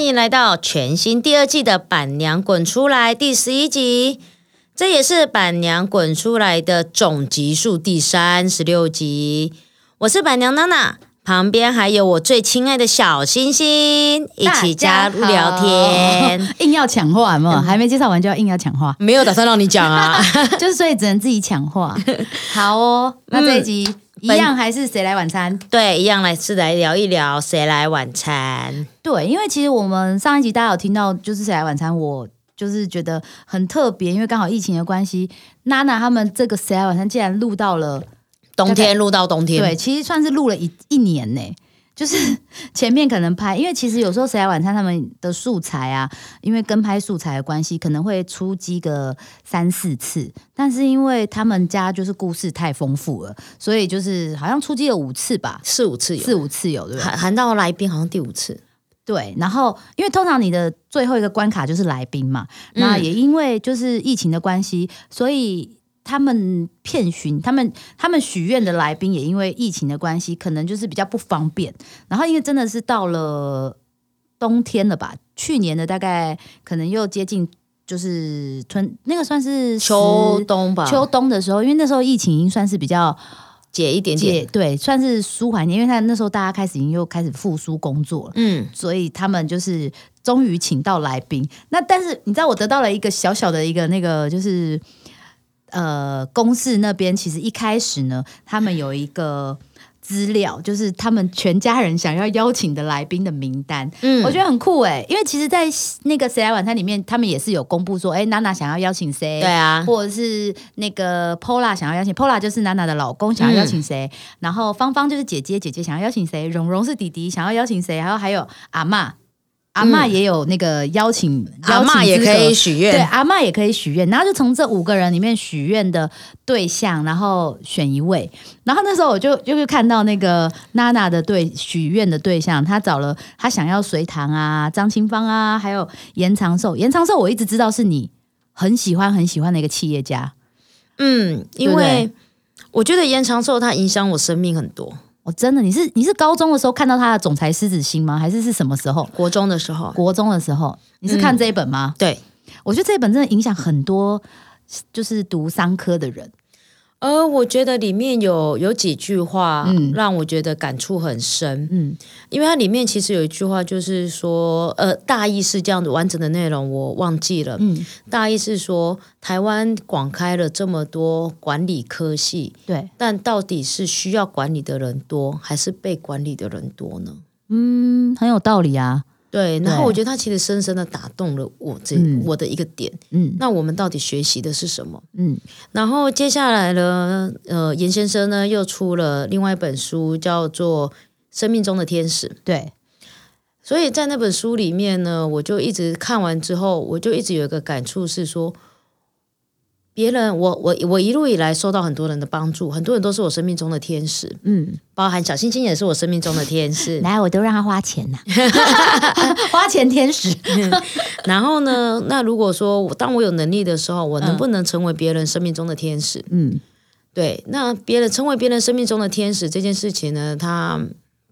迎来到全新第二季的《板娘滚出来》第十一集，这也是《板娘滚出来》的总集数第三十六集。我是板娘娜娜，旁边还有我最亲爱的小星星，一起加入聊天。，硬要抢话嘛，还没介绍完就要硬要抢话 没有打算让你讲 啊，就是所以只能自己抢 话。好哦，那嗯这一集、一样还是谁来晚餐？对，一样来是来聊一聊谁来晚餐。对，因为其实我们上一集大家有听到，就是谁来晚餐，我就是觉得很特别，因为刚好疫情的关系，娜娜他们这个谁来晚餐竟然录到了，冬天录到冬天，对，其实算是录了一一年呢、就是 前面可能拍，因为其实有时候谁来晚餐他们的素材啊，因为跟拍素材的关系，可能会出击个三四次，但是因为他们家就是故事太丰富了，所以就是好像出击了五次吧，四五次有，四五次有对不对？喊喊到来宾好像第五次。对，然后因为通常你的最后一个关卡就是来宾嘛，嗯那也因为就是疫情的关系，所以他们骗寻他们他们许愿的来宾也因为疫情的关系，可能就是比较不方便。然后因为真的是到了冬天了吧，去年的大概可能又接近就是春那个算是秋十冬吧，秋冬的时候，因为那时候疫情已经算是比较解一点点，解对，算是舒缓一点，因为他那时候大家开始已经又开始复苏工作了。嗯，所以他们就是终于请到来宾。那但是你知道，我得到了一个小小的一个那个就是呃，公司那边其实一开始呢，他们有一个。资料就是他们全家人想要邀请的来宾的名单，嗯我觉得很酷哎、因为其实，在那个《谁来晚餐》里面，他们也是有公布说，哎、娜娜想要邀请谁，对啊，或者是那个 Pola 想要邀请 Pola 就是娜娜的老公想要邀请谁，嗯然后芳芳就是姐姐，姐姐想要邀请谁，蓉蓉是弟弟想要邀请谁，然后还有阿嬷，阿嬷也有那个邀请，嗯阿嬷嬷也可以。许对，愿，阿嬷也可以许愿，然后就从这五个人里面许愿的对象，然后选一位。然后那时候我就就就看到那个娜娜的对许愿的对象，她找了她想要隋唐啊、张清芳啊，还有严长寿。严长寿我一直知道是你很喜欢很喜欢的一个企业家，嗯，因对不为对我觉得延长寿它影响我生命很多。我、真的，你是你是高中的时候看到他的《总裁狮子心》吗？还是是什么时候？国中的时候，啊国中的时候，你是看这一本吗？对，我觉得这一本真的影响很多，就是读商科的人。呃，我觉得里面有有几句话嗯让我觉得感触很深，嗯，因为它里面其实有一句话就是说，呃，大意是这样子，完整的内容我忘记了，嗯，大意是说台湾广开了这么多管理科系，对，但到底是需要管理的人多，还是被管理的人多呢？嗯，很有道理啊。对，然后对我觉得他其实深深的打动了我这、嗯我的一个点。嗯那我们到底学习的是什么？嗯，然后接下来呢，呃，严先生呢又出了另外一本书，叫做《生命中的天使》。对，所以在那本书里面呢，我就一直看完之后，我就一直有一个感触是说，别人我我我一路以来受到很多人的帮助，很多人都是我生命中的天使，嗯，包含小星星也是我生命中的天使。来，我都让他花钱 呐、花钱天使。然后呢，那如果说我当我有能力的时候，我能不能成为别人生命中的天使？嗯，对，那别人成为别人生命中的天使这件事情呢，它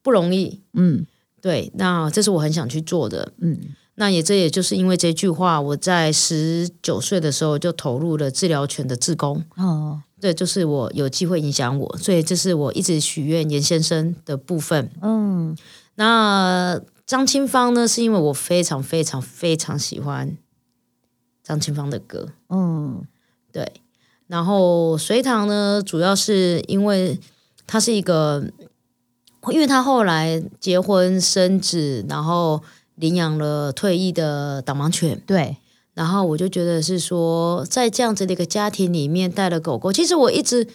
不容易。嗯对，那这是我很想去做的。嗯那也这也就是因为这句话，我在十九岁的时候就投入了治疗犬的志工。哦对，就是我有机会影响我，所以这是我一直许愿严先生的部分。嗯，那张清芳呢，是因为我非常非常非常喜欢张清芳的歌。嗯对，然后隋唐呢，主要是因为他是一个，因为他后来结婚生子，然后领养了退役的导盲犬，对，然后我就觉得是说，在这样子的一个家庭里面带了狗狗，其实我一直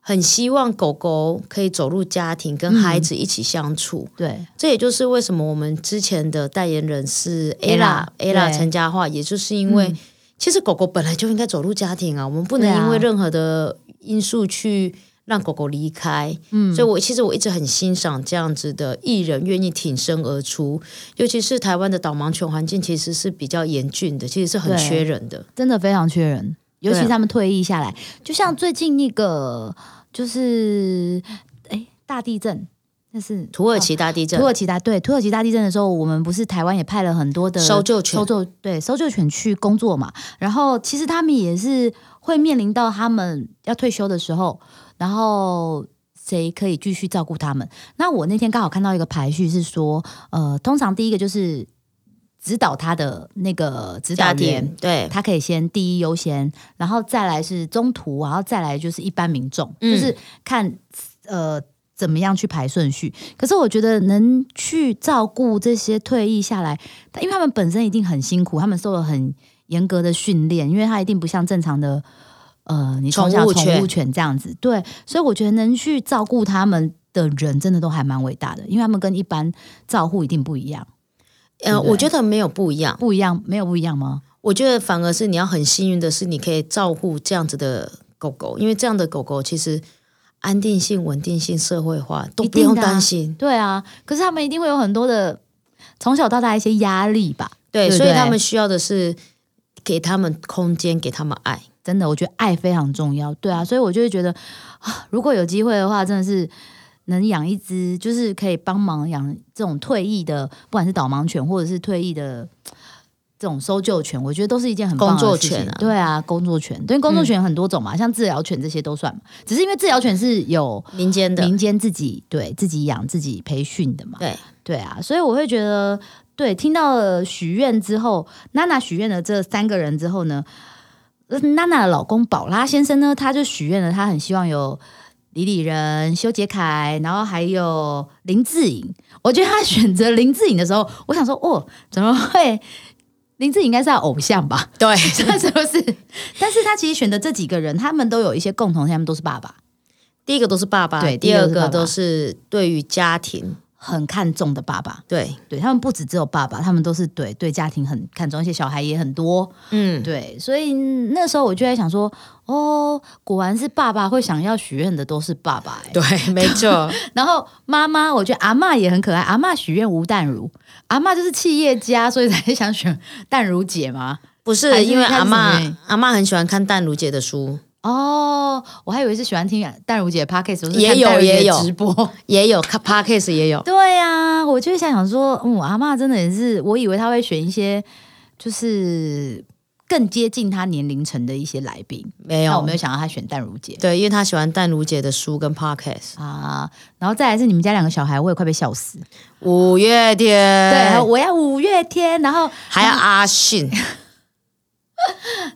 很希望狗狗可以走入家庭，跟孩子一起相处。对，这也就是为什么我们之前的代言人是 Ella， Ella，Ella 对陈嘉桦，也就是因为、嗯其实狗狗本来就应该走入家庭啊，我们不对能啊因为任何的因素去让狗狗离开。嗯所以我其实我一直很欣赏这样子的艺人愿意挺身而出，尤其是台湾的导盲犬环境其实是比较严峻的，其实是很对缺人的。真的非常缺人，尤对啊其他们退役下来，就像最近那个就是哎大地震，那是土耳其大地震哦土，耳其大对土耳其大地震的时候，我们不是台湾也派了很多的搜救犬搜救对搜救犬去工作嘛。然后其实他们也是会面临到他们要退休的时候，然后谁可以继续照顾他们？那我那天刚好看到一个排序是说，呃，通常第一个就是指导他的那个指导家员庭，对，他可以先第一优先，然后再来是中途，然后再来就是一般民众，嗯就是看呃怎么样去排顺序。可是我觉得能去照顾这些退役下来，因为他们本身一定很辛苦，他们受了很严格的训练，因为他一定不像正常的呃你从小宠物犬宠物犬这样子，对，所以我觉得能去照顾他们。的人真的都还蛮伟大的，因为他们跟一般照护一定不一样，呃，对我觉得没有不一样，不一样没有不一样吗？我觉得反而是你要很幸运的是，你可以照顾这样子的狗狗，因为这样的狗狗其实安定性、稳定性、社会化都一不定用的啊担心。对啊，可是他们一定会有很多的从小到大一些压力吧？对，对不所以对他们需要的是给他们空间，给他们爱。真的，我觉得爱非常重要。对啊，所以我就会觉得啊，如果有机会的话，真的是能养一只，就是可以帮忙养这种退役的，不管是导盲犬或者是退役的。这种搜救犬，我觉得都是一件很棒的工作事情犬啊嗯对啊，工作犬，对工作犬很多种嘛，像治疗犬这些都算嘛，只是因为治疗犬是有民间的，民间自己对自己养、自己培训的嘛，对，对啊，所以我会觉得，对，听到了许愿之后，娜娜许愿了这三个人之后呢，呃娜娜的老公宝拉先生呢，他就许愿了，他很希望有李李仁、修杰楷，然后还有林志颖。我觉得他选择林志颖的时候，我想说，哦，怎么会？林志颖应该是他偶像吧？ 对，他是不是？但是他其实选的这几个人，他们都有一些共同，他们都是爸爸，第一个都是爸爸，对第二第二个个都是对于家庭，很看重的爸爸。对，对他们不只只有爸爸，他们都是对对家庭很看重，而且小孩也很多。嗯，对，所以那时候我就在想说，哦，果然是爸爸会想要许愿的都是爸爸、欸。对，没错，然后妈妈，我觉得阿嬷也很可爱，阿嬷许愿吴淡如，阿嬷就是企业家，所以才想选淡如姐嘛。 不还是是因为看阿嬷什么阿嬷很喜欢看淡如姐的书，我哦，我还以为是喜欢听淡如姐的 podcast，我是也看有淡如姐也有直播。 也有看 podcast 也有，对呀、我就想想说，嗯，我阿嬷真的也是，我以为她会选一些就是更接近她年龄层的一些来宾，没但我有没有想到她选淡如姐对，因为她喜欢淡如姐的书跟 podcast。啊。然后再来是你们家两个小孩，我也快被笑死。五月天，对，还有我要五月天，然后还有阿信，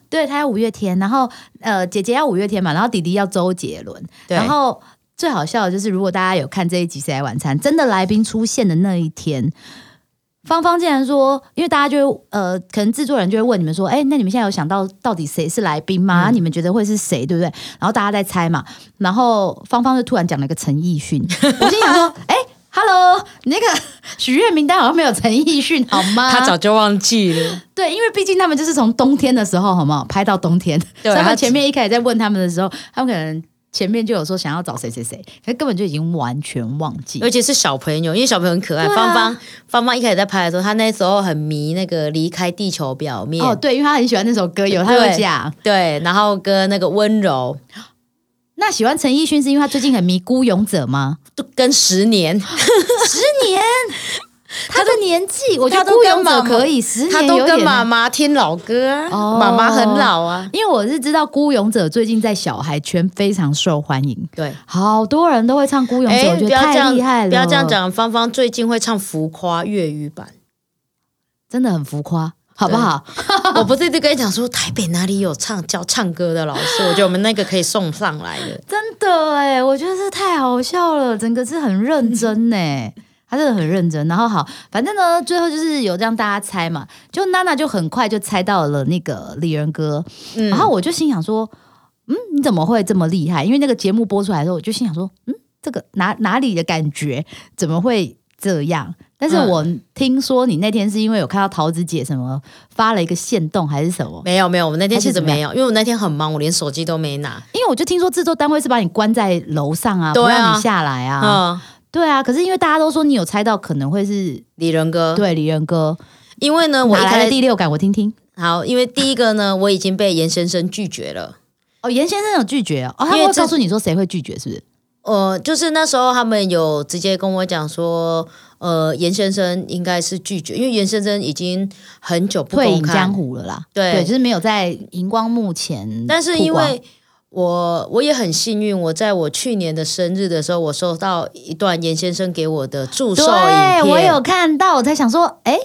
对他要五月天，然后呃姐姐要五月天嘛，然后弟弟要周杰伦，对然后最好笑的就是，如果大家有看这一集《谁来晚餐》，真的来宾出现的那一天，芳芳竟然说，因为大家就会呃，可能制作人就会问你们说，哎，那你们现在有想到到底谁是来宾吗？你们觉得会是谁，对不对？然后大家在猜嘛，然后芳芳就突然讲了一个陈奕迅，我心想说，哎。Hello，你那个许愿名单好像没有陈奕迅，好吗？就忘记了。对，因为毕竟他们就是从冬天的时候，好不好？拍到冬天，对所以他他们前面一开始在问他们的时候，他们可能前面就有说想要找谁谁谁，可是根本就已经完全忘记尤。其是小朋友，因为小朋友很可爱。对啊芳芳，芳芳一开始在拍的时候，她那时候很迷那个离开地球表面，哦，对，因为他很喜欢那首歌，有他对有讲。对，然后跟那个温柔，那喜欢陈奕迅是因为他最近很迷《孤勇者》吗？都跟十 年，十 年，他的年纪，我觉他得《都孤跟勇者妈》妈可以，十年她都有跟点妈妈听老歌啊，哦妈妈很老啊，因为我是知道《孤勇者》最近在小孩圈非常受欢迎，对。好多人都会唱《孤勇者》，哎，我觉不得要这太厉害样，了。不要这样，讲。芳芳最近会唱《浮夸》粤语版，真的很浮夸，好不好？ 我不是一直跟你讲说台北哪里有唱教唱歌的老师，我觉得我们那个可以送上来 的。真的哎，我觉得这太好笑了，整个是很认真呢， 他真的很认真。然后好，反正呢，最后就是有让大家猜嘛，就娜娜就很快就猜到了那个李仁哥，嗯然后我就心想说，嗯，你怎么会这么厉害？因为那个节目播出来的时候，我就心想说，嗯，这个哪哪里的感觉怎么会这样？但是嗯我听说你那天是因为有看到桃子姐什么发了一个线动还是什么？没有没有，我那天还是其实怎么样没有，因为我那天很忙，我连手机都没拿。因为我就听说制作单位是把你关在楼上啊，对啊不让你下来啊。嗯，对啊，可是因为大家都说你有猜到，可能会是李仁哥，对李仁哥，因为呢，我一哪来开的第六感？呃我听听。好，因为第一个呢，我已经被严先生拒绝了。哦，严先生有拒绝哦，哦他因为会这告诉你说谁会拒绝，是不是？呃，就是那时候他们有直接跟我讲说，呃，严先生应该是拒绝，因为严先生已经很久不退公隐江开，湖了啦。对就是没有在荧光幕前。但是因为我我也很幸运，我在我去年的生日的时候，我收到一段严先生给我的祝寿影片，对我有看到，我才想说，哎，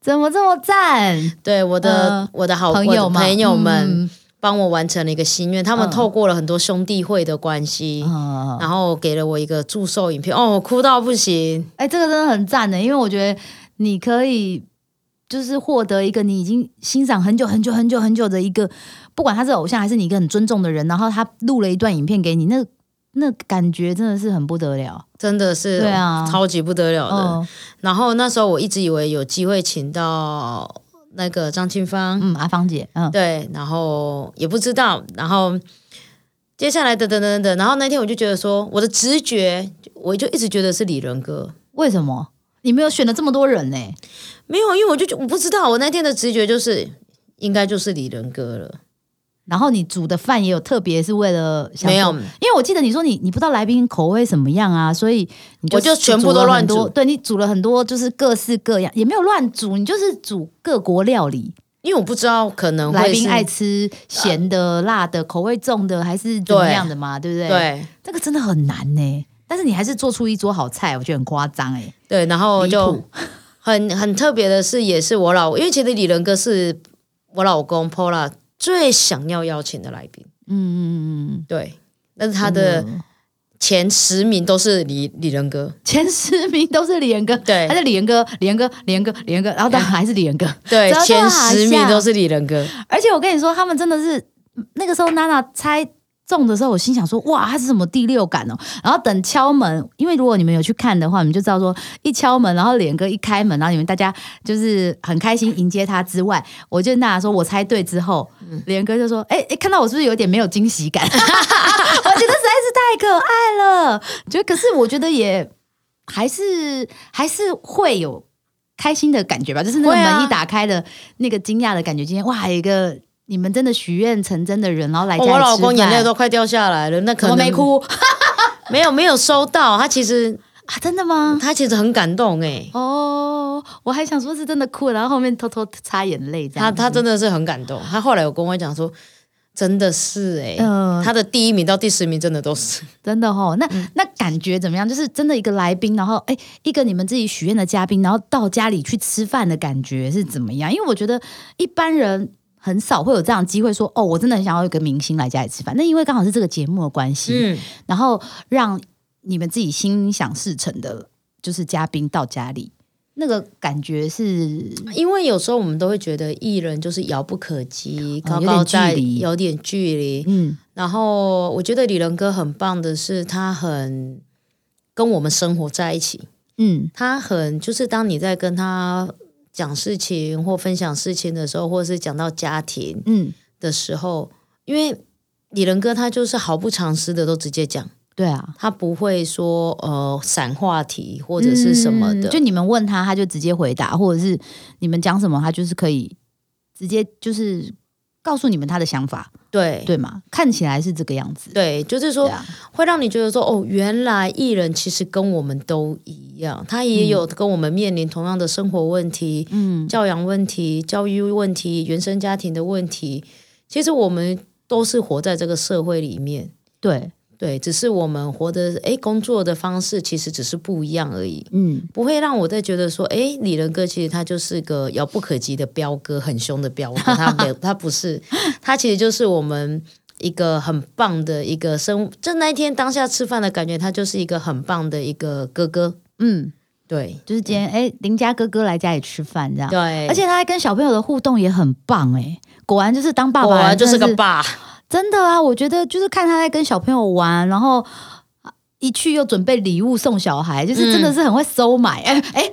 怎么这么赞？对我的、呃我的好朋我的友嘛朋友们嗯帮我完成了一个心愿，他们嗯透过了很多兄弟会的关系，呃，然后给了我一个祝寿影片，哦，我哭到不行。哎，这个真的很赞的，因为我觉得你可以就是获得一个你已经欣赏很久很久很久很久的一个，不管他是偶像还是你一个很尊重的人，然后他录了一段影片给你，那那感觉真的是很不得了。真的是，对啊超级不得了的。哦，然后那时候我一直以为有机会请到那个张清芳，嗯，阿芳姐，嗯，对，然后也不知道，然后接下来等等等等，然后那天我就觉得说，我的直觉，我就一直觉得是李仁哥，为什么你没有选了这么多人呢、没有，因为我就觉我不知道，我那天的直觉就是应该就是李仁哥了，然后你煮的饭也有特别是为了想没有说，因为我记得你说你你不知道来宾口味什么样啊，所以你我就全部都乱煮了很多煮对你煮了很多就是各式各样，也没有乱煮，你就是煮各国料理，因为我不知道可能会来宾是爱吃咸的、辣的、口味重的还是怎么样的嘛，对不对？，对这个真的很难呢、但是你还是做出一桌好菜，我觉得很夸张哎、对，然后离就谱很很特别的是，也是我老，因为其实李仁哥是我老公 Pola 最想要邀请的来宾，嗯嗯嗯，对，但是他的真前十名都是李李仁哥，前十名都是李仁哥，对还是李仁哥，李仁哥，李仁哥，李仁哥，然后但还是李仁哥，对真，的前好十名像都是李仁哥，而且我跟你说，他们真的是那个时候娜娜猜中的时候，我心想说，哇，他是什么第六感哦。然后等敲门，因为如果你们有去看的话，你们就知道说，一敲门，然后脸哥一开门，然后你们大家就是很开心迎接他之外，我就娜娜说我猜对之后，嗯脸哥就说，哎、哎、看到我是不是有点没有惊喜感？我觉得实在是太可爱了，觉得可是我觉得也还是还是会有。开心的感觉吧，就是那个会啊门一打开的、那个惊讶的感觉。今天哇，有一个你们真的许愿成真的人，然后来家哦里我老吃公眼饭泪都快掉下来了，那可怎么能没，哭 没有没有收到，他其实啊？真的吗？他其实很感动哎，哦，我还想说是真的哭，然后后面偷偷擦眼泪这他样子。他真的是很感动，他后来有跟我讲说，真的是哎，嗯他的嗯第一名到第十名真的都是，真的哦，那、那感觉怎么样？就是真的一个来宾，然后哎，一个你们自己许愿的嘉宾，然后到家里去吃饭的感觉是怎么样？因为我觉得一般人很少会有这样的机会说，哦，我真的很想要有一个明星来家里吃饭。那因为刚好是这个节目的关系，嗯，然后让你们自己心想事成的，就是嘉宾到家里，那个感觉是因为有时候我们都会觉得艺人就是遥不可及，哦高有点高在，距离有点距离。嗯然后我觉得李仁哥很棒的是，他很跟我们生活在一起，嗯他很就是当你在跟他讲事情或分享事情的时候，或者是讲到家庭嗯，的时候，因为李仁哥他就是毫不藏私的都直接讲，对啊，他不会说呃散话题或者是什么的，嗯就你们问他，他就直接回答，或者是你们讲什么，他就是可以直接就是告诉你们他的想法，对对吗？看起来是这个样子，对，就是对说啊，会让你觉得说，哦，原来艺人其实跟我们都一样，他也有跟我们面临同样的生活问题、嗯，教养问题、教育问题、原生家庭的问题。其实我们都是活在这个社会里面，对，对，只是我们活的诶工作的方式其实只是不一样而已，嗯，不会让我再觉得说，诶，李仁哥其实他就是个遥不可及的彪哥，很凶的 彪哥，他没有，他不是，他其实就是我们一个很棒的一个生，就那一天当下吃饭的感觉，他就是一个很棒的一个哥哥，嗯，对就是今天哎、林家哥哥来家里吃饭这样，对，而且他还跟小朋友的互动也很棒哎、果然就是当爸我爸啊就是真的个爸，真的啊，我觉得就是看他在跟小朋友玩，然后。啊一去又准备礼物送小孩，就是真的是很会收买。嗯哎哎、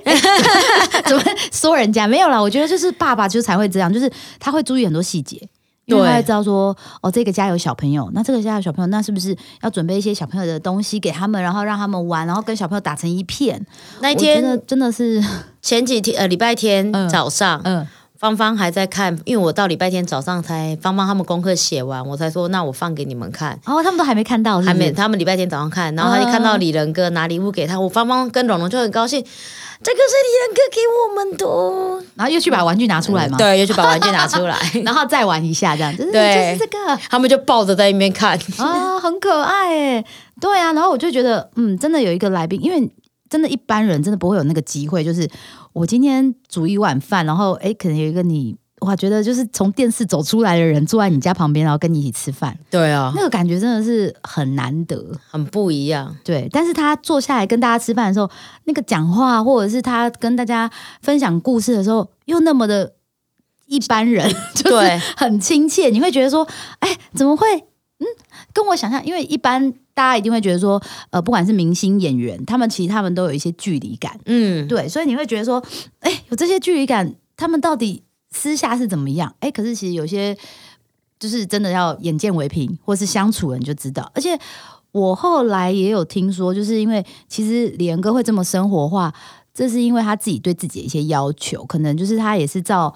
哎 怎么说人家没有啦？我觉得就是爸爸就才会这样，就是他会注意很多细节，因为对他会知道说，哦，这个家有小朋友，那这个家有小朋友，那是不是要准备一些小朋友的东西给他们，然后让他们玩，然后跟小朋友打成一片？那一我觉得天真的是，前几天呃礼拜天嗯早上，嗯芳芳还在看，因为我到礼拜天早上才芳芳他们功课写完，我才说那我放给你们看。哦，他们都还没看到是不是，哦还没，他们礼拜天早上看，然后他就看到李仁哥拿礼物给他，我芳芳跟龙龙就很高兴，这个是李仁哥给我们的哦，然后又去把玩具拿出来嘛，，嗯对，又去把玩具拿出 来，然后再玩一下这样，就是对就是这个，他们就抱着在那边看，啊，很可爱哎，对啊，然后我就觉得，嗯，真的有一个来宾，因为真的一般人真的不会有那个机会，就是我今天煮一碗饭，然后哎，可能有一个你，哇，觉得就是从电视走出来的人坐在你家旁边，然后跟你一起吃饭，对啊，那个感觉真的是很难得。很不一样，对，但是他坐下来跟大家吃饭的时候，那个讲话或者是他跟大家分享故事的时候，又那么的一般人， 就是对很亲切，你会觉得说，哎，怎么会？嗯，跟我想象，因为一般大家一定会觉得说，呃，不管是明星演员，他们其实他们都有一些距离感，嗯，对，所以你会觉得说，哎，有这些距离感，他们到底私下是怎么样？哎，可是其实有些就是真的要眼见为凭，或是相处了你就知道。而且我后来也有听说，就是因为其实李仁哥会这么生活化，这是因为他自己对自己的一些要求，可能就是他也是照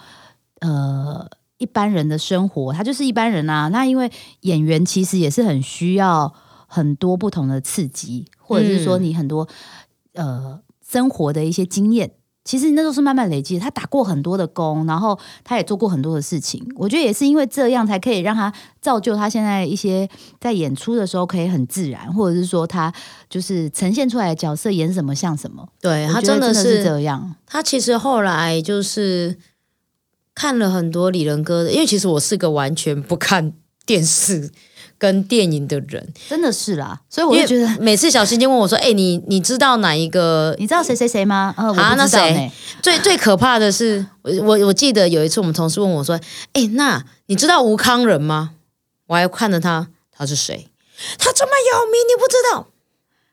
呃。一般人的生活，他就是一般人啊。那因为演员其实也是很需要很多不同的刺激，或者是说嗯你很多呃生活的一些经验。其实那都是慢慢累积的，他打过很多的工，然后他也做过很多的事情。我觉得也是因为这样，才可以让他造就他现在一些在演出的时候可以很自然，或者是说他就是呈现出来的角色演什么像什么。对我他觉真得的真是是，这样，他其实后来就是看了很多李仁哥的，因为其实我是个完全不看电视跟电影的人，真的是啦。所以我因就为觉得，每次小新就问我说：“哎、你你知道哪一个你知道谁谁谁吗？呃，我不知啊道、呢。那谁最最可怕的是？我我我记得有一次我们同事问我说：‘哎、那你知道吴康仁吗？’我还看着他，他是谁？他这么有名，你不知道？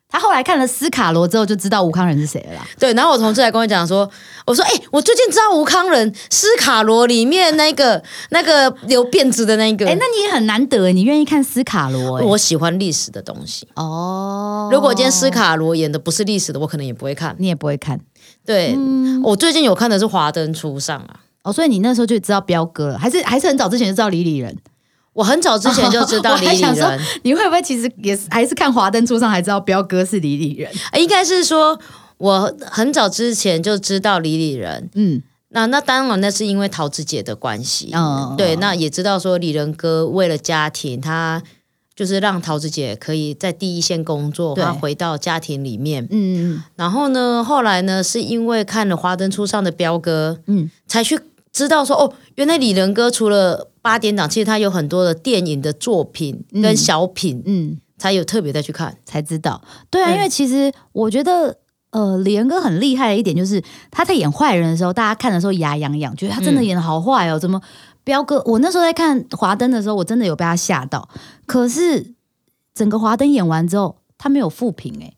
他后来看了斯卡罗之后，就知道吴康仁是谁了啦。对。然后我同事还跟我讲说：‘我说哎、我最近知道吴康仁，《斯卡罗》里面那个那个留辫子的那个。哎、那你也很难得，你愿意看斯卡罗、哎，我喜欢历史的东西。哦，如果今天斯卡罗演的不是历史的，我可能也不会看。你也不会看。对、嗯我最近有看的是《华灯初上》啊。哦，所以你那时候就知道彪哥了，还是还是很早之前就知道李李仁？我很早之前就知道 我李还李想说仁，你会不会其实也是还是看《华灯初上》才知道彪哥是李李仁？呃应该是说我很早之前就知道李李仁。嗯，那那当然，那是因为桃子姐的关系。哦对，那也知道说李仁哥为了家庭，他就是让桃子姐可以在第一线工作，对他回到家庭里面。嗯然后呢，后来呢，是因为看了《华灯初上》的彪哥，嗯，才去知道说，哦，原来李仁哥除了八点档，其实他有很多的电影的作品跟小品，嗯，才有特别再去看。才知道。对啊，嗯因为其实我觉得。呃，李仁哥很厉害的一点就是他在演坏人的时候，大家看的时候牙痒痒，觉得他真的嗯演的好坏哦。怎么彪哥？我那时候在看《华灯》的时候，我真的有被他吓到。可是整个《华灯》演完之后，他没有负评哎、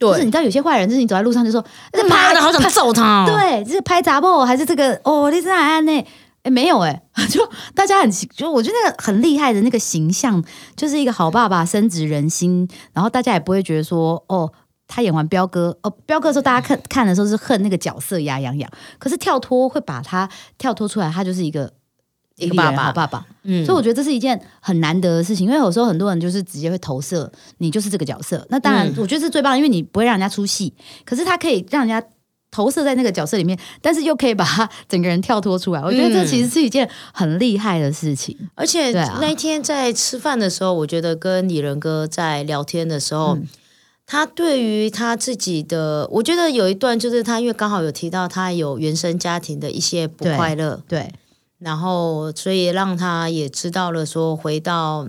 就是你知道有些坏人，就是你走在路上就说他妈的，好想揍他、哦！对，这个拍杂报还是这个哦，你是哪安呢？哎，没有哎、 就大家很奇就我觉得那个很厉害的那个形象，就是一个好爸爸深植人心，然后大家也不会觉得说哦，他演完彪哥哦，彪哥的时候大家看看的时候是恨那个角色牙痒痒，可是跳脱会把他跳脱出来，他就是一个一个爸爸好爸爸，嗯，所以我觉得这是一件很难得的事情，因为有时候很多人就是直接会投射你就是这个角色，那当然嗯我觉得是最棒的，因为你不会让人家出戏，可是他可以让人家投射在那个角色里面，但是又可以把他整个人跳脱出来，我觉得这嗯其实是一件很厉害的事情。而且对啊那一天在吃饭的时候，我觉得跟李仁哥在聊天的时候，他对于他自己的，我觉得有一段就是他因为刚好有提到他有原生家庭的一些不对快乐，对，然后所以让他也知道了说回到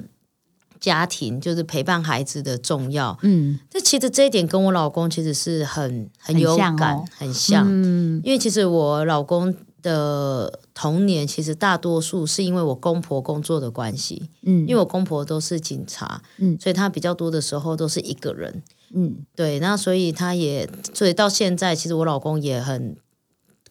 家庭就是陪伴孩子的重要。嗯这其实这一点跟我老公其实是很很很有像感，哦很像嗯因为其实我老公的童年，其实大多数是因为我公婆工作的关系，嗯，因为我公婆都是警察，嗯所以他比较多的时候都是一个人。嗯对，那所以他也，所以到现在，其实我老公也很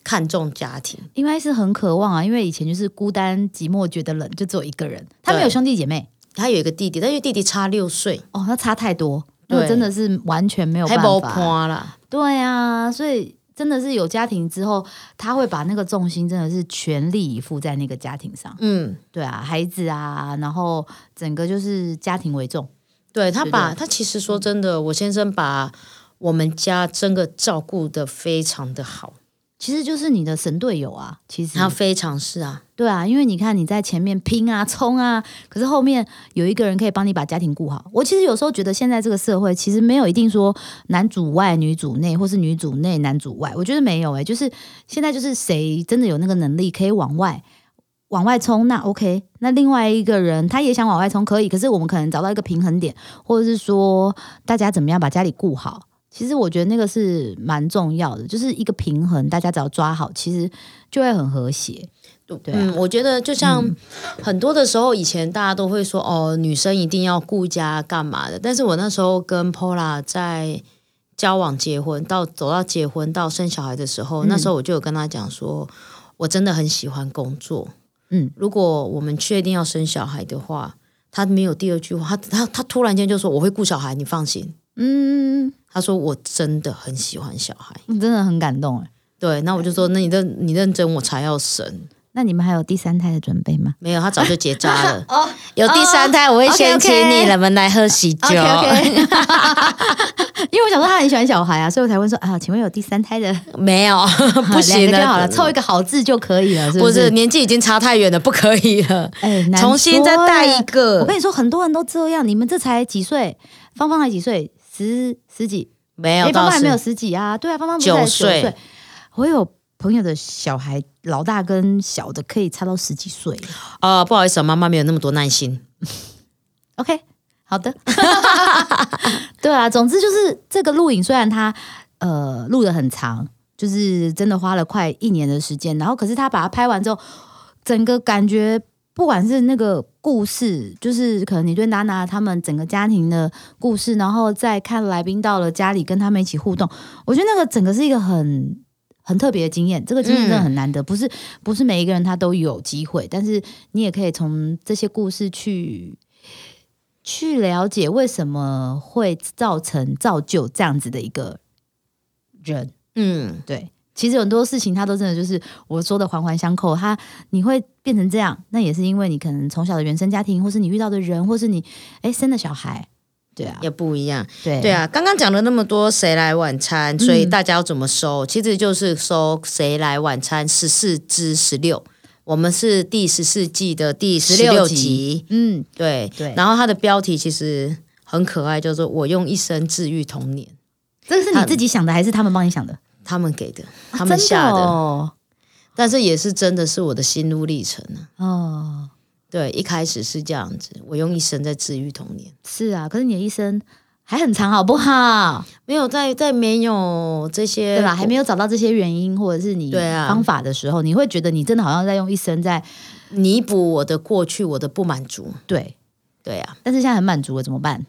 看重家庭，应该是很渴望啊，因为以前就是孤单寂寞觉得冷，就只有一个人，他没对有兄弟姐妹他有一个弟弟，但因为弟弟差六岁，哦，那差太多，那对真的是完全没有还办没法。判啦。对啊，所以真的是有家庭之后，他会把那个重心真的是全力以赴在那个家庭上。嗯，对啊，孩子啊，然后整个就是家庭为重。对他对把他其实说真的，我先生把我们家真的照顾的非常的好，其实就是你的神队友啊，其实他非常是啊，对啊，因为你看你在前面拼啊、冲啊，可是后面有一个人可以帮你把家庭顾好。我其实有时候觉得现在这个社会其实没有一定说男主外女主内，或是女主内男主外，我觉得没有诶、就是现在就是谁真的有那个能力可以往外。往外冲，那 OK，那另外一个人他也想往外冲，可以，可是我们可能找到一个平衡点，或者是说大家怎么样把家里顾好。其实我觉得那个是蛮重要的，就是一个平衡，大家只要抓好，其实就会很和谐。对啊嗯，我觉得就像很多的时候，以前大家都会说哦，女生一定要顾家干嘛的，但是我那时候跟 Pola 在交往、结婚到走到结婚到生小孩的时候，嗯那时候我就有跟他讲说，我真的很喜欢工作，嗯，如果我们确定要生小孩的话，他没有第二句话，他他他突然间就说我会顾小孩，你放心。嗯，他说我真的很喜欢小孩，真的很感动哎。对，那我就说那你认你认真我才要生，那你们还有第三胎的准备吗？。没有他早就结扎了 哦有第三胎，我会先 OK，OK 请你们来喝喜酒。 ，OK OK，因为我想说他很喜欢小孩啊，所以我才问说啊，请问有第三胎的 没有， 不行两个的，就好了，凑一个好字就可以了，是不是是？啊年纪已经差太远了，不可以了，哎，难重新再带一说哎我个。跟你说，很多人都这样。你们这才几岁？芳芳才几岁？十十几？没哎，有，芳到芳还没有是十几啊？对啊，芳芳不是才九九岁岁？我有朋友的小孩，老大跟小的可以差到十几岁。啊，不好意思，妈妈没有那么多耐心。 OK，好的， 对啊，总之就是这个录影，虽然它呃录的很长，就是真的花了快一年的时间，然后可是他把它拍完之后，整个感觉不管是那个故事，就是可能你对娜娜他们整个家庭的故事，然后再看来宾到了家里跟他们一起互动，我觉得那个整个是一个很。很特别的经验，这个经验真的很难得，不是不是每一个人他都有机会，但是你也可以从这些故事去去了解为什么会造成造就这样子的一个人。嗯，对，其实很多事情它都真的就是我说的环环相扣。它你会变成这样，那也是因为你可能从小的原生家庭，或是你遇到的人，或是你哎生的小孩。对啊，也不一样。对对，嗯啊，刚刚讲了那么多谁来晚餐，所以大家要怎么收？其实就是收谁来晚餐十四至十六。我们是第十四季的第十16六集集，嗯，对对然后它的标题其实很可爱，叫做“我用一生治愈童年这个是你自己想的还是他们帮你想的？”，他们给的，他们下啊真的，的哦，但是也是真的是我的心路历程啊。哦，对，一开始是这样子，我用一生在治愈童年，是啊，可是你的一生还很长，好不好？没有在在没有这些对吧？还没有找到这些原因或者是你对啊方法的时候，你会觉得你真的好像在用一生在弥补我的过去，我的不满足。对，对啊，但是现在很满足了，怎么办？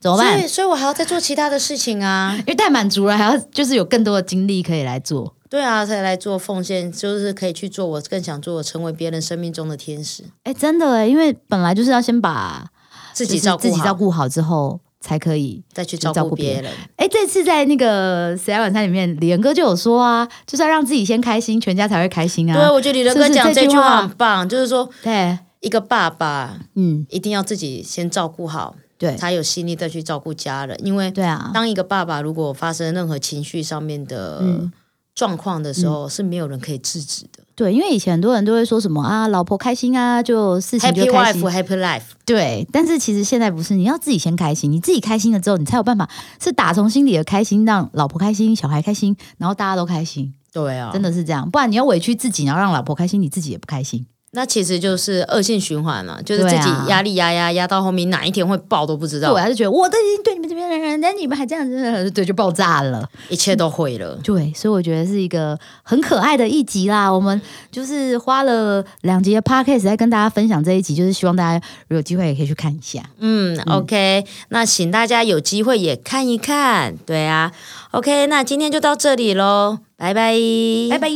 怎么所办？以所以我还要再做其他的事情啊。 因为太满足了，还要就是有更多的精力可以来做。对啊，才来做奉献，就是可以去做我更想做，成为别人生命中的天使，哎，真的哎，因为本来就是要先把自己照顾就是自己好照顾好之后才可以。再去照照顾顾别别人。哎，这次在那个《谁来晚餐》里面，李仁哥就有说啊，就是要让自己先开心，全家才会开心对，啊。我觉得李仁是哥不是讲这这句句话话很棒，就是说对，一个爸爸嗯，一定要自己先照顾好，对，才有心力再去照顾家人，因为对啊，当一个爸爸如果发生任何情绪上面的嗯状况的时候，是没有人可以制止的。对，因为以前很多人都会说什么啊，老婆开心啊，就事情就 Happy 开心 wife, happy life。对，但是其实现在不是，你要自己先开心，你自己开心了之后，你才有办法是打从心里的开心，让老婆开心，小孩开心，然后大家都开心，对啊，真的是这样。不然你要委屈自己，然后让老婆开心，你自己也不开心。那其实就是恶性循环嘛，就是自对啊己压力压压压到后面哪一天会爆都不知对啊我道，还是觉得我都已经对你们这边的人，但你们还这样子， 对，就爆炸了。一切都毁了。对，所以我觉得是一个很可爱的一集啦。我们就是花了两集的 podcast 在跟大家分享这一集，就是希望大家如果有机会也可以去看一下。嗯 o k 那请大家有机会也看一看，对啊，OK，那今天就到这里喽，拜拜，拜拜。